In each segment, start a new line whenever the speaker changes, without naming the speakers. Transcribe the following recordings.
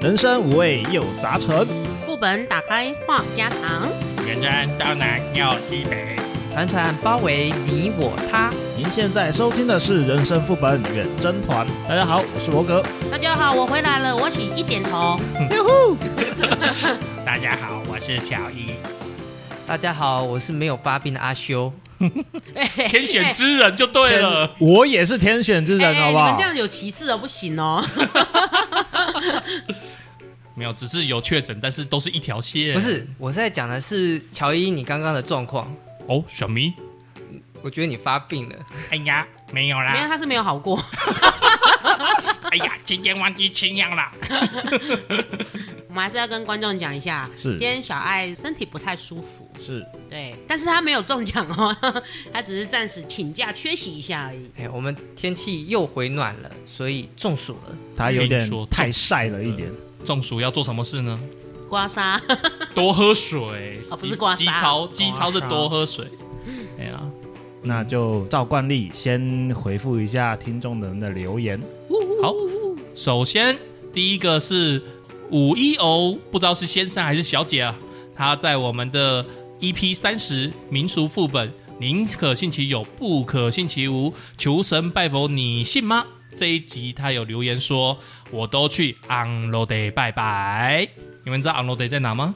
人生五味又杂陈，
副本打开话家常，
人生到南又西北，
团团包围你我他。
您现在收听的是《人生副本远征团》。大家好，我是罗格。
大家好，我回来了，我洗一点头。
大家好，我是乔伊。
大家好，我是没有发病的阿修。
天选之人就对了。
我也是天选之
哎，
人，好不
你们
好
这？样有歧视 哦，不行哦。
没有，只是有确诊，但是都是一条线。
不是，我是在讲的是乔伊你刚刚的状况。
哦，小明，
我觉得你发病了，
哎呀，没有
原来
啦，
他是没有好过。
哎呀，今天忘记清药 啦。
我们还是要跟观众讲一下，
是
今天小爱身体不太舒服，
是
对，但是他没有中奖哦， 他只是暂时请假缺席一下而已。
哎，我们天气又回暖了，所以中暑了。
他有点
听说
太晒了一点，
中暑要做什么事呢？
刮痧，
多喝水。
哦不是刮痧
鸡超鸡超是多喝水。哎呀，
那就照惯例先回复一下听众们的留言。
好，首先第一个是五一欧，不知道是先生还是小姐啊，他在我们的 EP 三十民俗副本，宁可信其有，不可信其无，求神拜佛，你信吗？这一集他有留言说，我都去 on road day 拜拜。你们知道 on road day 在哪吗？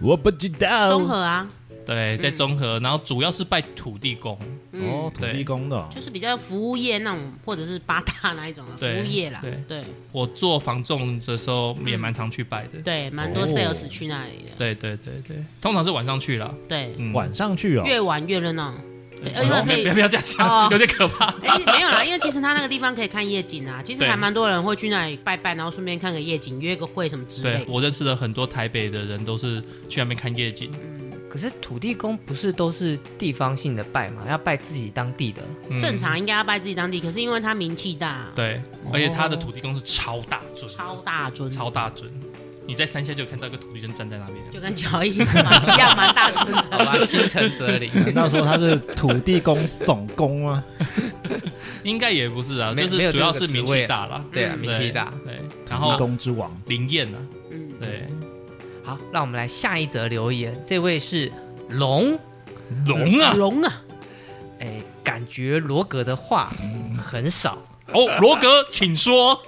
我不知
嗯
道
综合啊，
对，
嗯
在中和，然后主要是拜土地公。
嗯，
哦，土地公的哦、
就是比较服务业那种，或者是八大那一种啊，服
对
务业啦，
对
对
我做房仲的时候也蛮常去拜的。
对，蛮多
哦
sales 去那里的，
对对对对，通常是晚上去了。
对，
嗯，
晚上去哦，
越玩越热闹。对，而
不要
且
不
可以
要不要这样
哦
讲，有点可怕。
哎、没有啦，因为其实他那个地方可以看夜景啊，其实
对
还蛮多人会去那里拜拜，然后顺便看个夜景，约个会什么之类
对
的。
我认识的很多台北的人都是去那边看夜景，
可是土地公不是都是地方性的拜嘛，要拜自己当地的。
嗯
正。常应该要拜自己当地，可是因为他名气大，
对，而且他的土地公是超大尊，
超大尊，
超大尊。你在山下就有看到一个土地公站在那边，
就跟乔 伊一样蛮大尊
好
的。
吧，心诚则灵。
难道说他是土地公总公 吗？
应该也不是啊，
没
就
没有
是主
这个
要是名
职位
气
啊
大啦。
对啊，
嗯
名气大。
对，然
土地
后
公之王，
灵验啊，
嗯，
对，
好，让我们来下一则留言。这位是龙，
龙啊，
龙啊，
哎，感觉罗格的话很少。
哦，罗格，请说，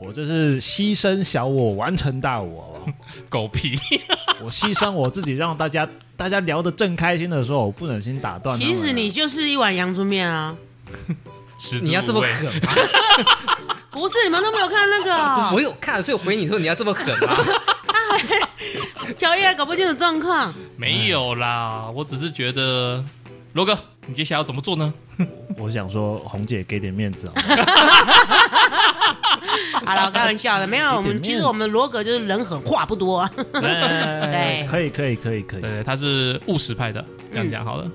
我这是牺牲小我，完成大我哦。
狗屁，
我牺牲我自己，让大家大家聊得正开心的时候，我不忍心打断他们
其
啊。
实你就是一碗阳春面啊，
食之
你要这
无
么
味
狠吗？
不是你们都没有看那个
我
哦、
有看，所以我回你说你要这么狠吗？
乔伊还搞不清楚状 况，
没有啦，我只是觉得罗哥，你接下来要怎么做呢？
我想说，红姐给点面子啊，
好了，我开玩笑的，没有，我
有点
们
面子
其实我们罗格就是人狠话不多、啊，
对可以可以可以可以。
对，他是务实派的，这样讲好了。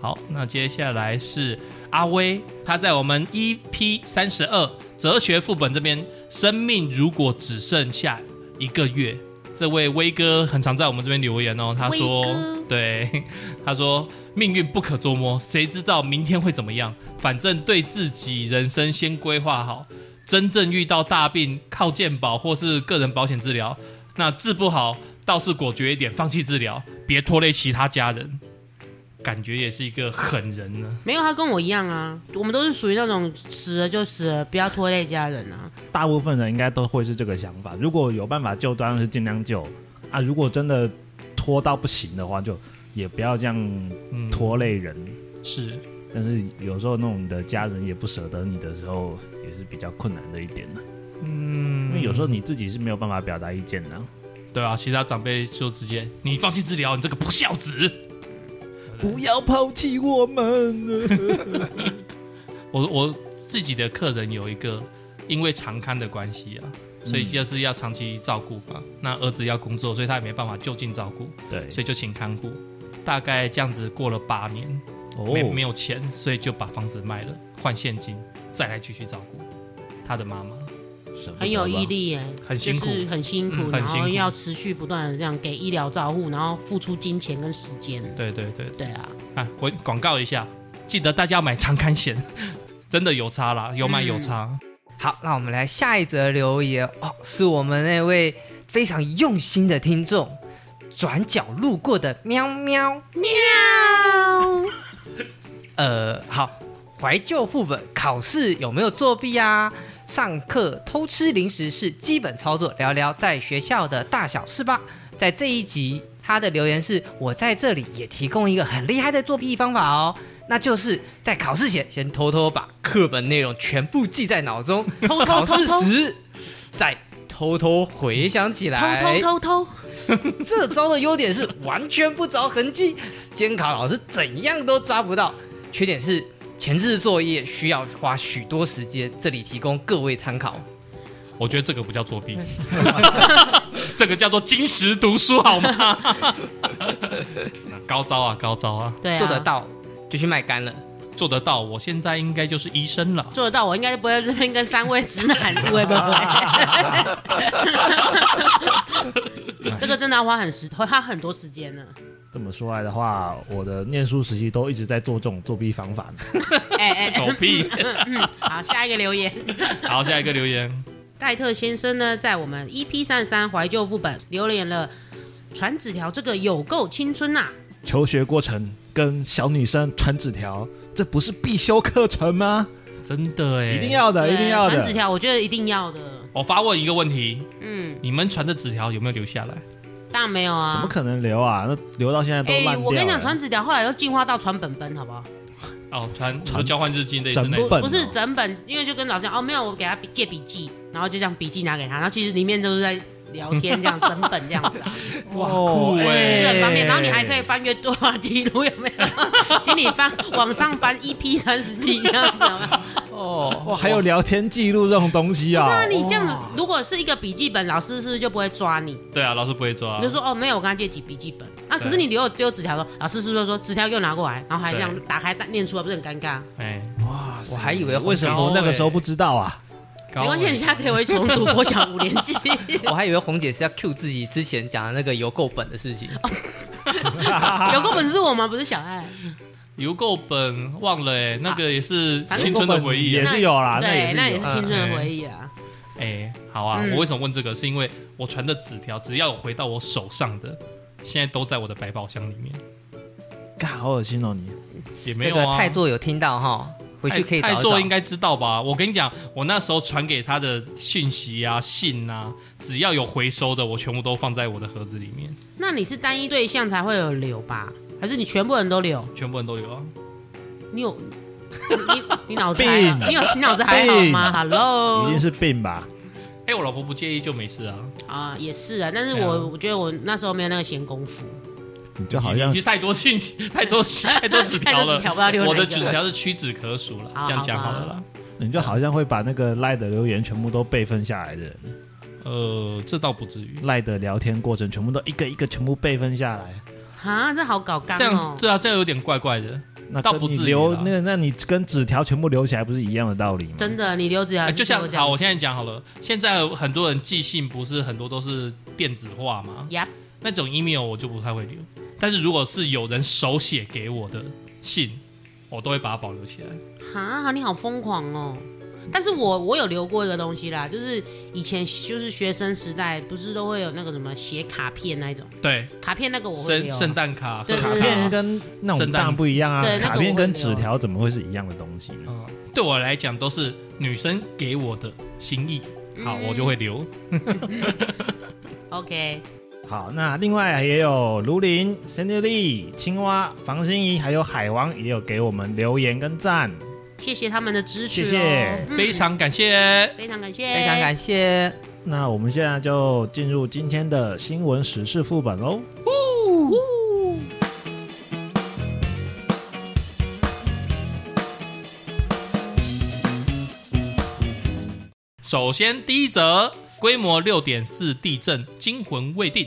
好，那接下来是阿威，他在我们 EP 三十二哲学副本这边，生命如果只剩下一个月，这位威哥很常在我们这边留言哦，他说
威哥，
对， 他说命运不可捉摸，谁知道明天会怎么样？反正对自己人生先规划好，真正遇到大病靠健保或是个人保险治疗，那治不好倒是果决一点，放弃治疗，别拖累其他家人。感觉也是一个狠人呢、
没有，他跟我一样啊，我们都是属于那种死了就死了，不要拖累家人啊。
大部分人应该都会是这个想法。如果有办法救，当然是尽量救啊。如果真的拖到不行的话，就也不要这样
嗯，
拖累人。
是
但是有时候那种的家人也不舍得你的时候，也是比较困难的一点的、
嗯
因为有时候你自己是没有办法表达意见的啊、
对啊，其他长辈就直接你放弃治疗，你这个不孝子。
不要抛弃我们。
我我自己的客人有一个，因为常看的关系啊，
嗯
所以就是要长期照顾嘛。那儿子要工作，所以他也没办法就近照顾，
对，
所以就请看护。大概这样子过了八年，
哦
没没有钱，所以就把房子卖了，换现金，再来继续照顾他的妈妈。
舍不得吧
很有毅力耶，
很辛苦
就是很辛苦，
嗯很
然
辛
后
苦
要持续不断的这样给医疗照护，然后付出金钱跟时间。
对对对
对啊，
啊，我
嗯
广告一下，记得大家要买长刊险，真的有差啦，有买有差。
好，那我们来下一则留言哦，是我们那位非常用心的听众，转角路过的喵喵。呃，好，怀旧副本考试有没有作弊啊？上课偷吃零食是基本操作，聊聊在学校的大小事吧。在这一集，他的留言是：我在这里也提供一个很厉害的作弊方法哦，那就是在考试前先偷偷把课本内容全部记在脑中，
偷
考
偷
试
偷偷
时再偷偷回想起来。
偷偷偷偷，
这招的优点是完全不着痕迹，监考老师怎样都抓不到。缺点是前置作业需要花许多时间，这里提供各位参考。
我觉得这个不叫作弊， 这个叫做金石读书，好吗？ 高招啊，高招啊！
对啊，
做得，到就去卖干了。
做得到，我现在应该就是医生了。
做得到，我应该不会这边跟三位直男，会不会？这个真的要花很时，花很多时间呢。
这么说来的话，我的念书时期都一直在做这种作弊方法呢。
哎哎哎，
狗 屁！
嗯，好，下一个留言。
好，下一个留言，
盖特先生呢，在我们 EP 三三怀旧副本留言了传纸条，这个有够青春啊呐、
求学过程跟小女生传纸条，这不是必修课程吗？
真的哎，
一定。要的，
对
一定要
传纸
的。
条，我觉得一定要的。
我发问一个问题：
嗯，
你们传的纸条有没有留下来？
当然没有啊。哎
怎么可能留啊？那留到现在都烂掉了。啊
我跟你讲，传纸条后来又进化到传本本，好不好？
哦，传
传
交换日记那之
整
类
本
的。
哦
不是整本，因为就跟老师讲，哦，没有，我给他笔借笔记，然后就这样笔记拿给他，然后其实里面都是在聊天，这样整本这样子、 啊，
哇酷
欸
哎
是很方便。然后你还可以翻阅对话记录，有没 有？请你翻往上翻 EP 三十七这样子，有没有？
哦，
哇，还有聊天记录这种东西
不是啊，
啊！
你这样子，如果是一个笔记本，老师是不是就不会抓你？
对啊，老师不会抓
你就。说哦，没有，我跟他借几笔记本啊。可是
对
你留丢纸条说，老师是不是说纸条给我拿过来？然后还这样
对
打开念出来，不是很尴尬？
哎，
哇塞
我还以为红
为什么我那个时候不知道啊？
没关系，你现在可以回重读国小五年 级。
我还以为红姐是要 cue 自己之前讲的那个邮购本的事情。
有个本是我吗？不是小爱，
邮购本忘了哎，那个也是
反正
青春的回忆
也
啊。
是有啦那也
对，
是
那
有
也是青春
嗯
的回忆啊。
哎，好啊，
嗯
我为什么问这个？是因为我传的纸条，只要有回到我手上的，现在都在我的百宝箱里面，
干，好恶心哦你！
也没
这
有
个
啊。
泰座有听到哈，回去可以
泰
找
泰
一
座
找
应。该知道吧？我跟你讲，我那时候传给他的讯息啊、信啊，只要有回收的，我全部都放在我的盒子里面，
那你是单一对象才会有留吧？还是你全部人都留？
全部人都有啊。
你有你你脑子还 好
病
你有你脑子还好吗？Hello，
一定是病吧？
哎、我老婆不介意就没事啊。
啊，也是啊。但是
对啊
我我觉得我那时候没有那个闲工 夫，
你就好像
你你太多讯息、太多太多纸条
太多
了
纸。条不知道留哪一
我
个
的纸条是屈指可数了，
好
这样讲好了啦。
你就好像会把那个赖的留言全部都备份下来的人，
呃，这倒不至于。
赖的聊天过程全部都一个一个全部备份下来。
啊，这好搞刚
这样
哦。
对啊，这样有点怪怪的。
那
倒
跟
不
你
至于
留
啦
那个，那你跟纸条全部留起来不是一样的道理吗？
真的，你留纸条
哎就像好，
好
我现在讲好了。现在很多人寄信不是很多都是电子化吗？
呀，
那种 email 我就不太会留，但是如果是有人手写给我的信，我都会把它保留起来。
哈，你好疯狂哦！但是我我有留过一个东西啦，就是以前就是学生时代，不是都会有那个什么写卡片那一种
对，
卡片，那个我会
圣
留啊。
圣诞卡、
对
贺
卡
卡
片
卡。
跟那种
圣诞
当然不一样啊
对，那个
卡片
我会
跟
留
纸条怎么会是一样的东西呢？
嗯，对我来讲都是女生给我的心意，好，我
嗯
就会留。
OK，
好，那另外也有卢林、Sandy Lee、青蛙、房心怡，还有海王，也有给我们留言跟赞。
谢谢他们的支持、
谢
哦，
谢
嗯
非常感谢，
非常感谢，
非常感谢，
那我们现在就进入今天的新闻时事副本喽。
首先，第一则规模六点四地震惊魂未定，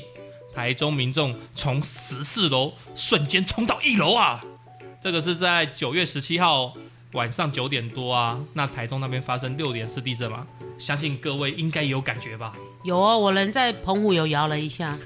台中民众从十四楼瞬间冲到一楼啊！这个是在九月十七号晚上九点多啊，那台东那边发生六点四地震嘛，相信各位应该也有感觉吧？
有哦，我人在澎湖有摇了一下，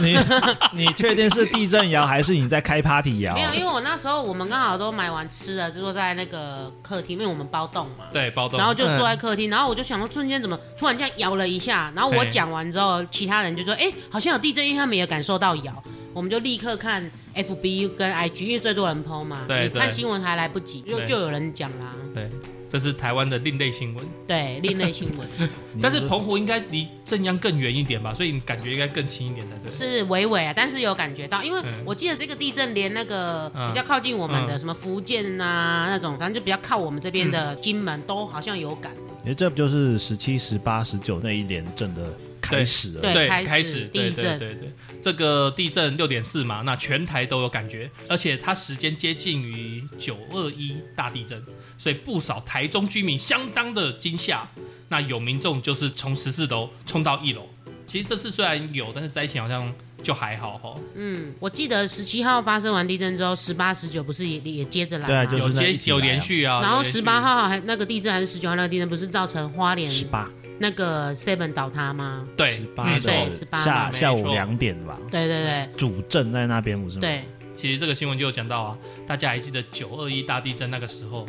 你 你确定是地震摇还是你在开 party 摇
没？有，因为我那时候我们刚好都买完吃的，就坐在那个客厅，因为我们包栋嘛，
对，包栋。
然后就坐在客厅，然后我就想说，瞬间怎么突然这样摇了一下，然后我
嘿
讲完之后，其他人就说，哎、好像有地震，因为他们也感受到摇，我们就立刻看 FB 跟 IG，因为最多人 PO 嘛，
对
你看
对
新闻还来不及，就
对
就有人讲啦，
嗯这是台湾的另类新闻，
对，另类新 闻
你
但是澎湖应该离正央更远一点吧，所以你感觉应该更轻一点才对。
是微微啊，但是有感觉到，因为
嗯
我记得这个地震连那个
嗯
比较靠近我们的什么福建啊那种，反正就比较靠我们这边的
嗯
金门都好像有感，
因为这不就是十七、十八、十九那一连阵的开始了？
对
对，
开始
开始，对
地
对
震
对对，这个地震六点四嘛，那全台都有感觉，而且它时间接近于九二一大地震，所以不少台中居民相当的惊吓。那有民众就是从十四楼冲到一楼，其实这次虽然有，但是灾情好像就还好哈、
嗯，我记得十七号发生完地震之后，十八、十九不是也也接着来吗？
对啊就是
有
那
接
一起来
有
啊
连续啊，
然后
有连续
十八号还那个地震还是十九号那个地震，不是造成花莲
十八、
那个 seven 倒塌吗？
对嗯
十八
没错
的
对18
下
没错
下午两点吧，
对对对
主阵在那边不是吗？，
对，
其实这个新闻就有讲到啊，大家还记得九二一大地震那个时候，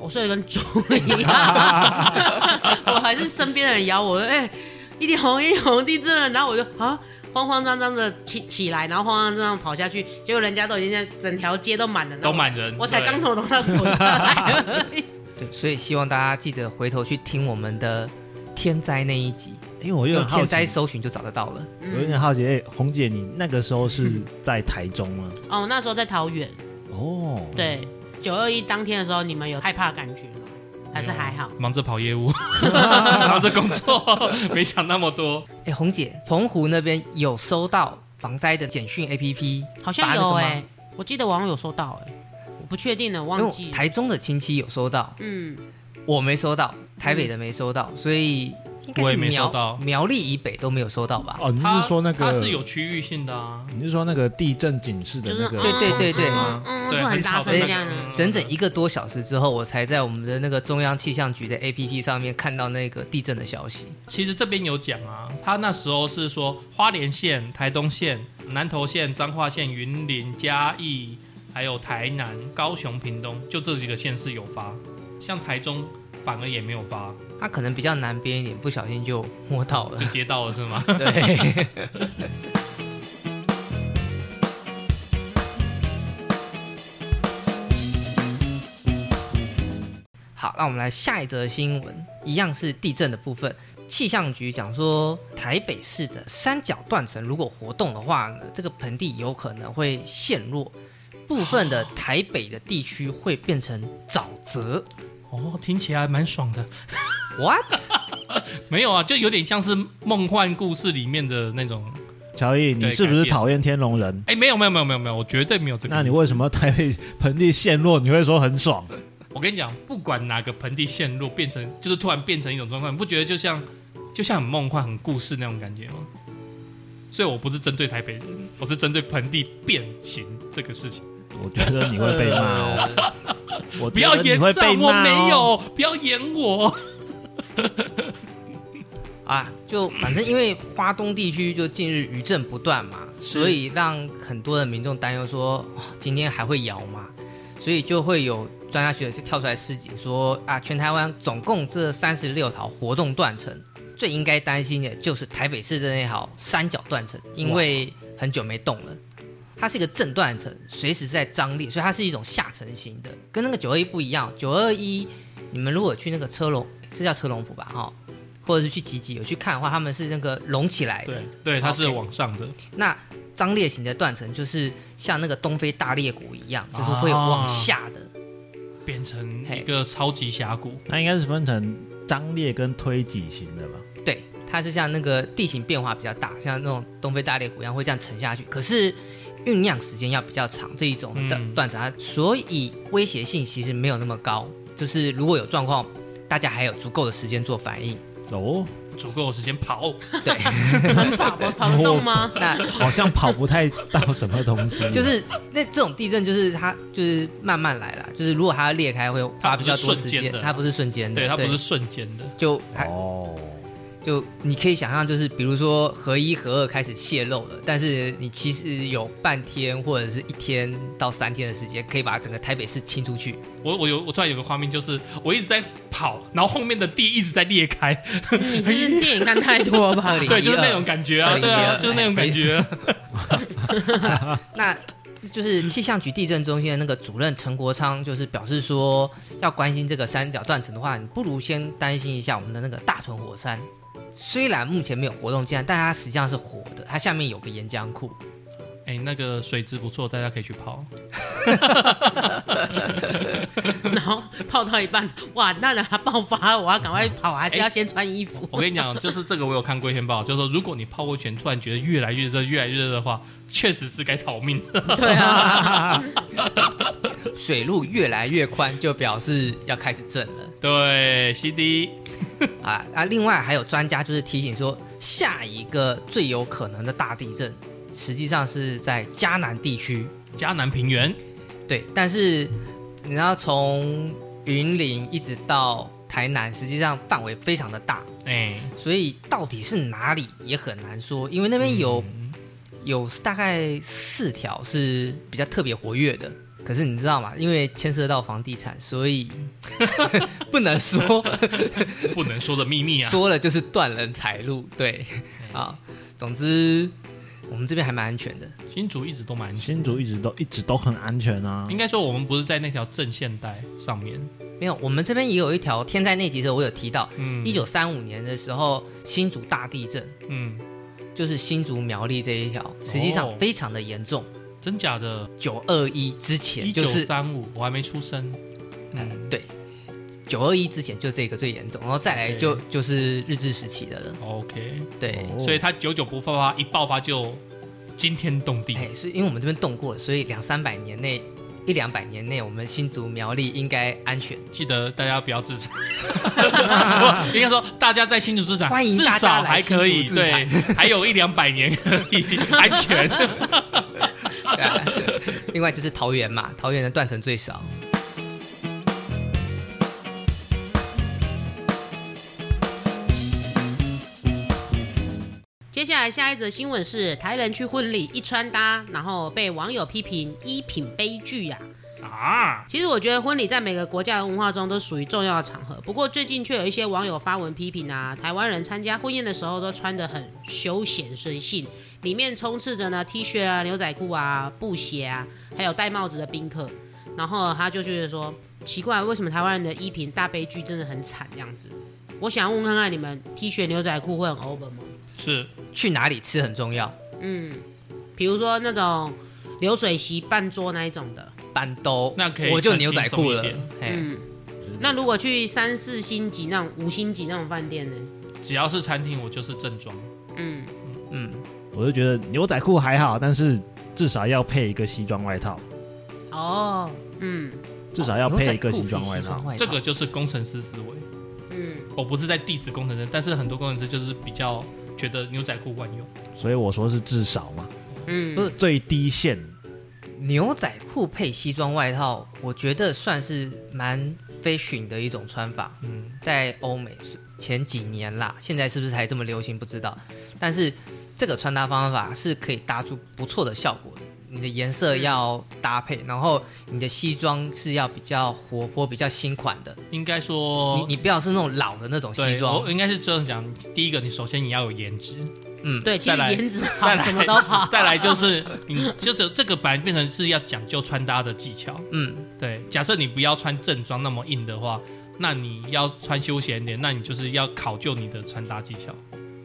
我睡得跟猪一样，我还是身边的人咬我，哎、一点红一点红地震了，然后我就啊。慌慌张张的起起来，然后慌慌张张地跑下去，结果人家都已经在整条街都满了，
都，满人，
我才
对
刚从楼上走下来而已。
对，所以希望大家记得回头去听我们的天灾那一集，
因为哎我有
用
点好
天灾
奇，
搜寻就找得到了。
我有
嗯，
点好奇，哎，红姐，你那个时候是
嗯
在台中吗？
哦，那时候在桃园，
哦，，
对，九二一当天的时候，你们有害怕的感觉吗？还是还好？
忙着跑 业务，忙着工作，没想那么多。
哎，红姐，澎湖那边有收到防灾的简讯 APP，
好像
发那
有
个吗
哎、我记得网上有收到哎、我不确定了，
因为
忘记
我
了。
台中的亲戚有收到，
嗯，
我没收到，台北的没收到，所以应该
我
是
也没收
苗
到
苗栗以北都没有收到吧？
哦，你
他
是说那个
他是有区域性的啊，
你是说那个地震警示的
就是啊
那个？
对对对对
嗯嗯，
对
就很
很
大
吵的嗯
声
那
这
个
样啊。
整整一个多小时之后，我才在我们的那个中央气象局的 APP 上面看到那个地震的消息。
其实这边有讲啊，他那时候是说花莲县、台东县、南投县、彰化县、云林、嘉义，还有台南、高雄、屏东，就这几个县市有发，像台中反而也没有发，
它可能比较南边一点，不小心就摸到了
就。接到了是吗？
对， 好，那我们来下一则新闻，一样是地震的部分。气象局讲说，台北市的三角断层如果活动的话呢，这个盆地有可能会陷落，部分的台北的地区会变成沼泽。
哦，听起来蛮爽的。
What？
没有啊，就有点像是梦幻故事里面的那种。
乔伊，你
对
是不是
改变
讨厌天龙人？
哎，没有没有没有没有没有，我绝对没有这个。
那你为什么台北盆地陷落，你会说很爽？
我跟你讲，不管哪个盆地陷落，变成就是突然变成一种状况，你不觉得就像就像很梦幻、很故事那种感觉吗？所以我不是针对台北人，我是针对盆地变形这个事情。
我觉得你会被骂
呃
哦，我
呃不要
觉得
演
你会
上，
被
我
骂
没
哦。
有，不要演我。
啊，就反正因为花东地区就近日余震不断嘛，
是
所以让很多的民众担忧说，哦今天还会摇吗？所以就会有专家学者就跳出来示警说啊，全台湾总共这三十六条活动断层，最应该担心的就是台北市的那条三角断层，因为很久没动了。它是一个正断层，随时在张力，所以它是一种下沉型的，跟那个九二一不一样。九二一，你们如果去那个车龙，是叫车龙浦吧，哈、或者是去集集有去看的话，他们是那个隆起
哎
来的
对。对，它是
OK
往上的，
那张裂型的断层就是像那个东非大裂谷一样，就是会有往下的。
变成
嘿
一个超级峡谷。
那应该是分成张裂跟推挤型的吧？
对，它是像那个地形变化比较大，像那种东非大裂谷一样会这样沉下去。可是酝酿时间要比较长，这一种的
嗯
断层，它所以威胁性其实没有那么高。就是如果有状况，大家还有足够的时间做 反应。
哦，
足够的时间跑，
对。
能跑吗跑得动吗？
那
好像跑不太到什么东 西，
就是那这种地震，就是它就是慢慢来啦。就是如果它要裂开，会花比较多时
它不是瞬间
间
的，对，它
它不是瞬间的，
不是瞬间的。
就还
哦，
就你可以想象，就是比如说合一、合二开始泄露了，但是你其实有半天或者是一天到三天的时间，可以把整个台北市清出去。
我我有我突然有个画面，就是我一直在跑，然后后面的地一直在裂开，
你是不是电影看太 多吧？
对
对，就是那种感觉啊，
二哎
对啊，
一
就是那种感觉。
那就是气象局地震中心的那个主任陈国昌，就是表示说，要关心这个三角断层的话，你不如先担心一下我们的那个大屯火山。虽然目前没有活动现象，但它实际上是活的，它下面有个岩浆库。
哎，那个水质不错，大家可以去泡。
然后泡到一半，哇，那它爆发了，我要赶快跑，还是要先穿衣 服？
我跟你讲，就是这个我有看过一篇报道，就是说如果你泡温泉突然觉得越来越热、越来越热的话，确实是该逃命。
对啊，
水路越来越宽，就表示要开始震了
对，CD
啊啊！另外还有专家就是提醒说，下一个最有可能的大地震，实际上是在迦南地区。
迦南平原，
对，但是你要从云林一直到台南，实际上范围非常的大，
哎，
所以到底是哪里也很难说，因为那边有、有大概四条是比较特别活跃的。可是你知道吗？因为牵涉到房地产，所以 不能说
不能说的秘密啊。
说了就是断人财路。对，啊，总之我们这边还蛮安全的。
新竹一直都蛮，
新竹一直都一直都很安全啊
应，该说我们不是在那条正线带上面。
没有，我们这边也有一条天灾那集的时候，我有提到，
嗯
一九三五年的时候，新竹大地震，
嗯，
就是新竹苗栗这一条，实际上非常的严重。
真假的？
九二一之前
一
就
九
是，
三五，我还没出生。
嗯
嗯，，
对，九二一之前就这个最严重，然后再来
OK
就就是日治时期的了。
OK，
对，
哦
所以它久久不爆发，一爆发就惊天动地。
哎、是因为我们这边动过，所以两三百年内。一两百年内，我们新竹苗栗应该安全。
记得大家不要 自残，不应该说大家在新竹自残，
欢迎
至
大家
少
来
还可以
新竹自
对
残，
还有一两百年可以安全。
对啊、另外就是桃园嘛，桃园的断层最少。
接下来下一则新闻是台人去婚礼一穿搭，然后被网友批评衣品悲剧呀、
啊，
其实我觉得婚礼在每个国家的文化中都属于重要的场合，不过最近却有一些网友发文批评啊，台湾人参加婚宴的时候都穿得很休闲随性，里面充斥着呢 T 恤啊、牛仔裤啊、布鞋啊，还有戴帽子的宾客。然后他就觉得说，奇怪，为什么台湾人的衣品大悲剧真的很惨这样子？我想问看看你们 T 恤、牛仔裤会很 open 吗？
是
去哪里吃很重要，
嗯，比如说那种流水席半桌那一种的，
板兜
那可以
我就牛仔裤了
穿轻松。
哎、
嗯。那如果去三四星级那种五星级那种饭店呢？
只要是餐厅，我就是正装。
嗯，
嗯，
我就觉得牛仔裤还好，但是至少要配一个西装外套，
哦，嗯
至少要配一个西装外套。
这个就是工程师思维。
嗯，
我不是在 diss 工程师，但是很多工程师就是比较觉得牛仔裤万用。
所以我说是至少嘛，
嗯，
不是
最低限。
牛仔裤配西装外套，我觉得算是蛮 fashion 的一种穿法，
嗯，
在欧美是前几年啦，现在是不是还这么流行不知道，但是这个穿搭方法是可以搭出不错的效果的。你的颜色要搭配，然后你的西装是要比较活泼、比较新款的。
应该说
你你不要是那种老的那种
哦对
西装
我，应该是这样讲。第一个，你首先你要有颜 值，
嗯，
对，其
再
实
来
颜值
再
好，
来
什么都好。
再来就是你就这这个本来变成是要讲究穿搭的技巧。
嗯，
对，假设你不要穿正装那么硬的话，那你要穿休闲点，那你就是要考究你的穿搭技巧。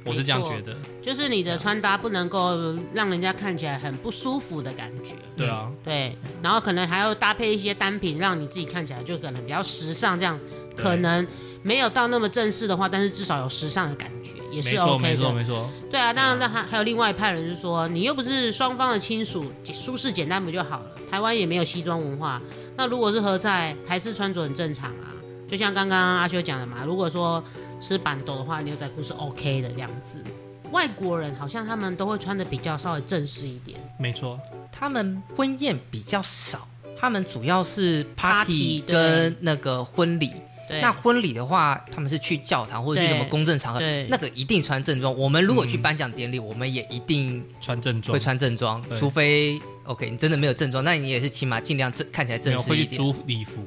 我是这样觉得，
就是你的穿搭不能够让人家看起来很不舒服的感觉。
对啊，
对，然后可能还要搭配一些单品，让你自己看起来就可能比较时尚，这样
对
可能没有到那么正式的话，但是至少有时尚的感觉，
嗯
也
没
是
错，
OK
没错，
的。
没错，
对啊，当然，那还还有另外一派人是说，你又不是双方的亲属，舒适简单不就好了？台湾也没有西装文化，那如果是合菜，台式穿着很正常啊。就像刚刚阿修讲的嘛，如果说吃板豆的话，牛仔裤是 OK 的这样子。外国人好像他们都会穿的比较稍微正式一点
没错。
他们婚宴比较少，他们主要是
Party，
party
对
跟那个婚礼。
对
那婚礼的话，他们是去教堂或者去
对
什么公证场合
对，
那个一定穿正装。我们如果去颁奖典礼，我们也一定
穿正装
会，穿正装，
对
除非 OK 你真的没有正装，那你也是起码尽量正看起来
没
正
有
式
会
一
去
点
租礼服，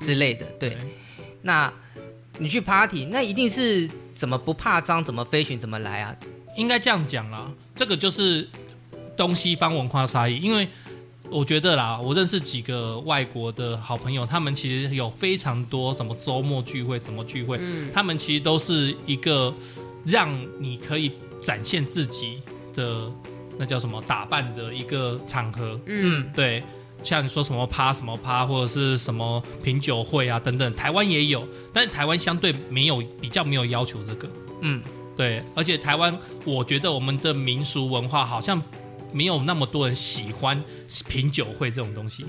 之类的。对，那你去 party，那一定是怎么不怕脏，怎么飞巡，怎么来啊？
应该这样讲啦，这个就是东西方文化差异。因为我觉得啦，我认识几个外国的好朋友，他们其实有非常多什么周末聚会、什么聚会，
嗯
他们其实都是一个让你可以展现自己的那叫什么打扮的一个场合。
嗯，
嗯，
对，像你说什么趴什么趴，或者是什么品酒会啊等等，台湾也有，但是台湾相对没有比较没有要求这个。
嗯，
对，而且台湾，我觉得我们的民俗文化好像没有那么多人喜欢品酒会这种东西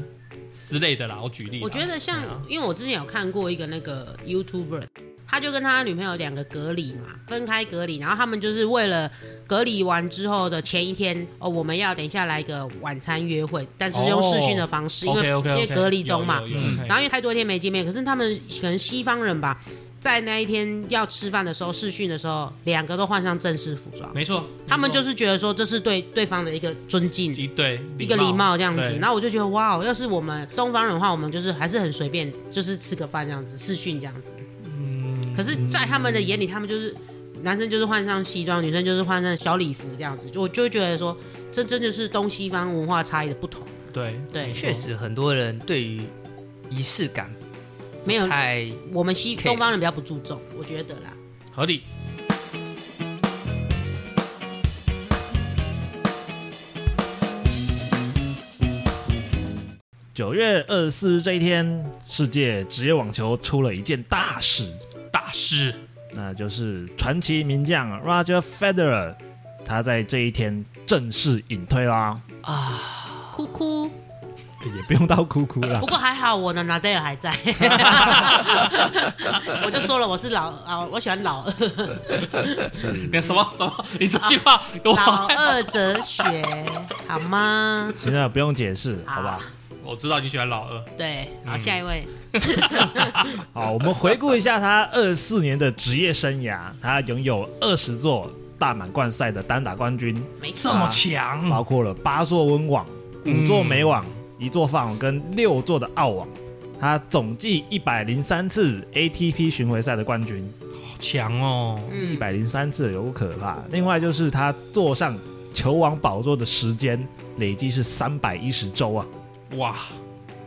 之类的啦。我举例啦，
我觉得像
对啊，
因为我之前有看过一个那个 YouTuber，他就跟他女朋友两个隔离嘛，分开隔离，然后他们就是为了隔离完之后的前一天，哦，我们要等一下来个晚餐约会，但是用视讯的方式，因为
OK OK
因
OK，
为隔离中嘛，然
然
后因为太多天没见面，可是他们可能西方人吧，在那一天要吃饭的时候，视讯的时候，两个都换上正式服装，
没错，
他们就是是觉得说这是对对方的一个尊敬。
一对
一个礼貌这样子
对，
然后我就觉得哇，要是我们东方人的话，我们就是还是很随便，就是吃个饭这样子，视讯这样子。嗯，可是，在他们的眼里，他们就是男生就是换上西装，女生就是换上小礼服这样子，就我就会觉得说，这真的是东西方文化差异的不同。
对
对，
确实很多人对于仪式感
没有
太
我们西
care
东方人比较不注重，我觉得啦。
合理。
九月二十四日这一天，世界职业网球出了一件大事，
大师
那就是传奇名将 Roger Federer，他在这一天正式隐退啦，
啊，
哭哭，
也不用到哭哭啦
不。过还好我的纳德尔还 在，我就说了我是老啊，我喜欢老二
你什么什么？你这句话我
老二哲学，好吗？
行了，不用解释，好吧？
我知道你喜欢老二，
对，好，
嗯
下一位，
好，我们回顾一下他二四年的职业生涯，他拥有二十座大满贯赛的单打冠军，
没错
这，么强，
包括了八座温网、
嗯
五座美网、一座法网跟六座的澳网。他总计一百零三次 ATP 巡回赛的冠军，
好强哦！
一
嗯，
百零三次有够可怕。另外就是他坐上球王宝座的时间累计是三百一十周啊，
哇，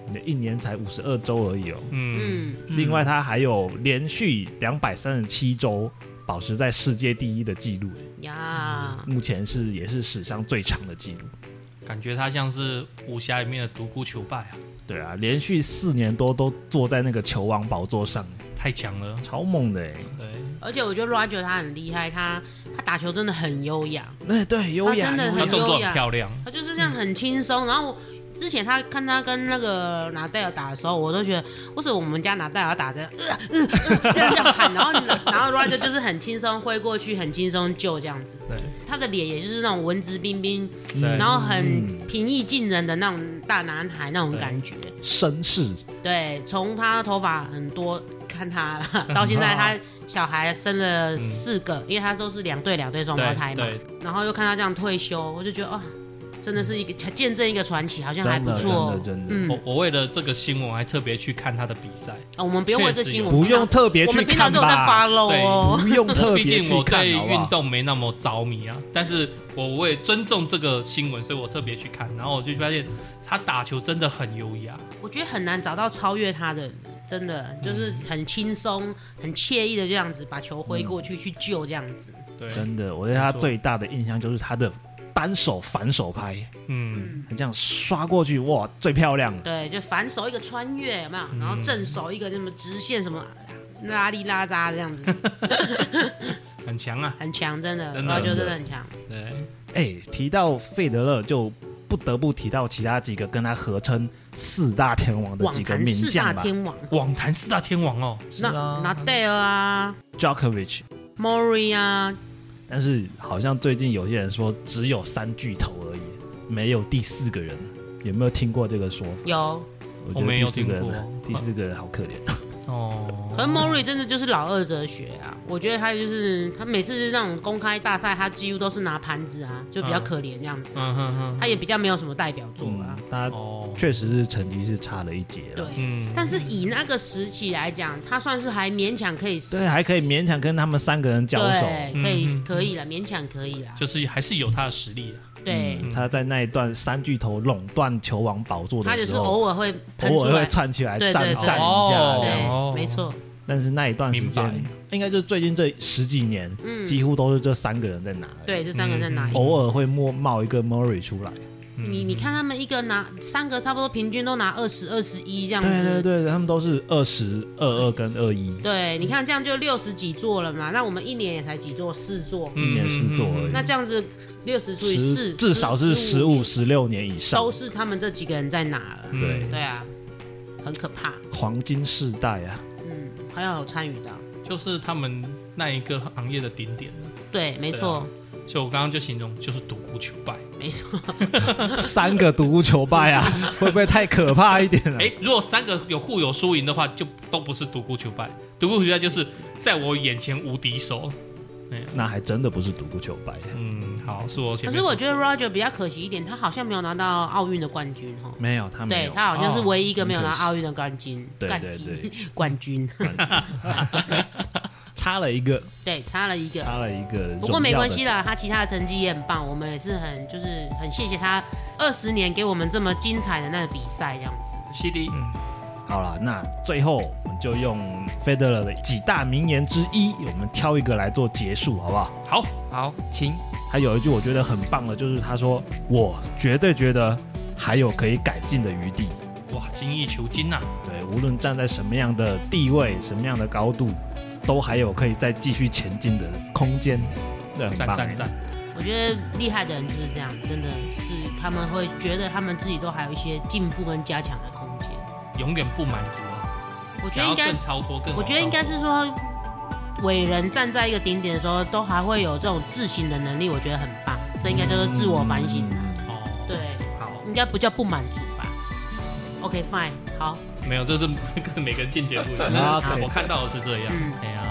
你的一年才五十二周而已哦。
嗯，
嗯，
另外，他还有连续两百三十七周保持在世界第一的记录，
呀，
目前是也是史上最长的记录。
感觉他像是武侠里面的独孤求败啊，
对啊，连续四年多都坐在那个球王宝座上，
太强了。
超猛的哎！
对，
而且我觉得 Roger 他很厉害，他他打球真的很优雅，
那哎对优雅嗯
他真的
他
很
动
优
作很
雅，
漂亮，
他就是这样很轻松。然后我之前他看他跟那个拿戴尔打的时候，我都觉得为什么我们家拿戴尔打的、呃呃呃、这样喊，然后然后 Roger 就是很轻松挥过去，很轻松救这样子。
对，
他的脸也就是那种文质彬彬，
对
嗯
然后很平易近人的那种大男孩那种感觉。
绅士，
对，从他头发很多看他到现在，他小孩生了四个，因为他都是两对两对双胞胎
对
嘛。
对，
然后又看他这样退休，我就觉得啊，真的是一个见证一个传奇，好像还
真
不
的真
错
的。真的，
嗯
我，我为了这个新闻我还特别去看他的比赛，
啊我们不用为这新闻，
不用特别
我
去
们平
看
常都有在
吧，
follow 哦。
不用特
毕
别
竟
去
我
看
对
好不
运
好？
动没那么着迷啊，但是我为尊重这个新闻，所以我特别去看，然后我就发现他打球真的很优雅，
我觉得很难找到超越他的人，真的就是很轻松、很惬意的这样子把球挥过去去救这样子。
对，
真的，我对他
没错
最大的印象就是他的单手反手拍，
嗯，
嗯，
他这样刷过去，哇，最漂亮了。
对，就反手一个穿越，有没有？
嗯
然后正手一个什么直线什么。拉里拉扎这样子
很强啊，
很强，真的，
真的
然后就真的很强。
对，
哎，提到费德勒，就不得不提到其他几个跟他合称四大天王的
网
几个
坛
名
四大
将吧
天王，
网坛四大天王哦，
是
那
啊
那戴尔啊
，Djokovic。
，Murray 啊，
但是好像最近有些人说只有三巨头而已，没有第四个人。有没有听过这个说法？
有
我觉
我
得
没
第
有
四个
听
人，
过
第四个人好可怜。
哦，
可是 Mori 真的就是老二哲学啊，我觉得他就是他每次那种公开大赛，他几乎都是拿盘子啊，就比较可怜这样子。
嗯哼哼，
他也比较没有什么代表作啊
嗯。，他
哦，
确实是成绩是差了一截
对
了。，
嗯，
但是以那个时期来讲，他算是还勉强可以，
对，还可以勉强跟他们三个人交手。
对，可以
嗯
可以了，勉强可以了。
就是还是有他的实力的。
对，
嗯他在那一段三巨头垄断球王宝座
他
的
只
时
是
候，
偶尔会喷
偶
出
尔
来
会，窜起来
对
站
对
站一
对
下这样。
哦
对，没错，
但是那一段时
明
间
白，
应该就是最近这十几年，
嗯，
几乎都是这三个人在拿。，
对，这三个人在哪里？
嗯偶尔会冒冒一个 Murray 出来。
你你看他们一个拿三个，差不多平均都拿二十二十一这样子。
对对对，他们都是二十二二跟二一，
对你看这样就六十几座了嘛，那我们一年也才几座，四座。
嗯
一年四座而已
那这样子六十除以
十
四，
至少是十
五，
五十六年以上
都，是他们这几个人在拿了。
嗯
对
对啊，很可怕。
黄金世代啊。
嗯，还要有参与到。
就是他们那一个行业的顶点了
对，没错，
啊
所以我刚刚就形容就是独孤求败。
没错。
三个独孤求败啊，会不会太可怕一点了、
哎，如果三个有互有输赢的话，就都不是独孤求败。独孤求败就是在我眼前无敌手。
那还真的不是独孤求败，
嗯，好，是我前
可
面
是
说
我觉得 Roger 比较可惜一点，他好像没有拿到奥运的冠军哦。
没有他没
对
有，哦
他好像是唯一一个没有拿
很可惜
奥运的冠军，
对
冠
对
军
对，
冠军，
差了一个，
对，差了一个，
差了一个。
不过没关系，啦，他其他的成绩也很棒，我们也是很就是很谢谢他二十年给我们这么精彩的那个比赛这样子。
CD
嗯好了，那最后我们就用 Federer 的几大名言之一，我们挑一个来做结束，好不好？
好，
好，请
他有一句我觉得很棒的，就是他说：“我绝对觉得还有可以改进的余地。
哇，精益求精呐、”啊
对，无论站在什么样的地位、什么样的高度，都还有可以再继续前进的空间。对，很
赞
棒。哎
赞赞！
我觉得厉害的人就是这样，真的是他们会觉得他们自己都还有一些进步跟加强的空间。
永远不满足啊，
我觉得
想要
应该
更，超脱，更
我觉得应该是说，伟人站在一个顶点的时候，都还会有这种自省的能力，我觉得很棒。这应该叫做自我反省，啊
嗯
哦，
对，
好，
应该不叫不满足吧？OK fine，好，
没有，这是 跟每个人见解不一样。
啊
但是
对
我看到的是这样，
嗯，
哎呀，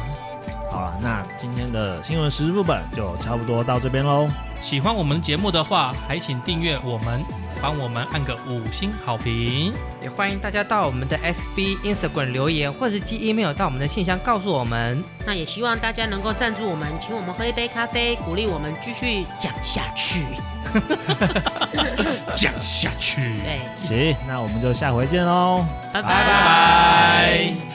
好了，那今天的新闻实录本就差不多到这边喽。
喜欢我们节目的话，还请订阅我们，帮我们按个五星好评。
也欢迎大家到我们的 SB Instagram 留言，或是寄 email 到我们的信箱告诉我们。
那也希望大家能够赞助我们，请我们喝一杯咖啡，鼓励我们继续讲下去。
讲下去，
对，
哦行，那我们就下回见喽。
拜拜
拜
拜。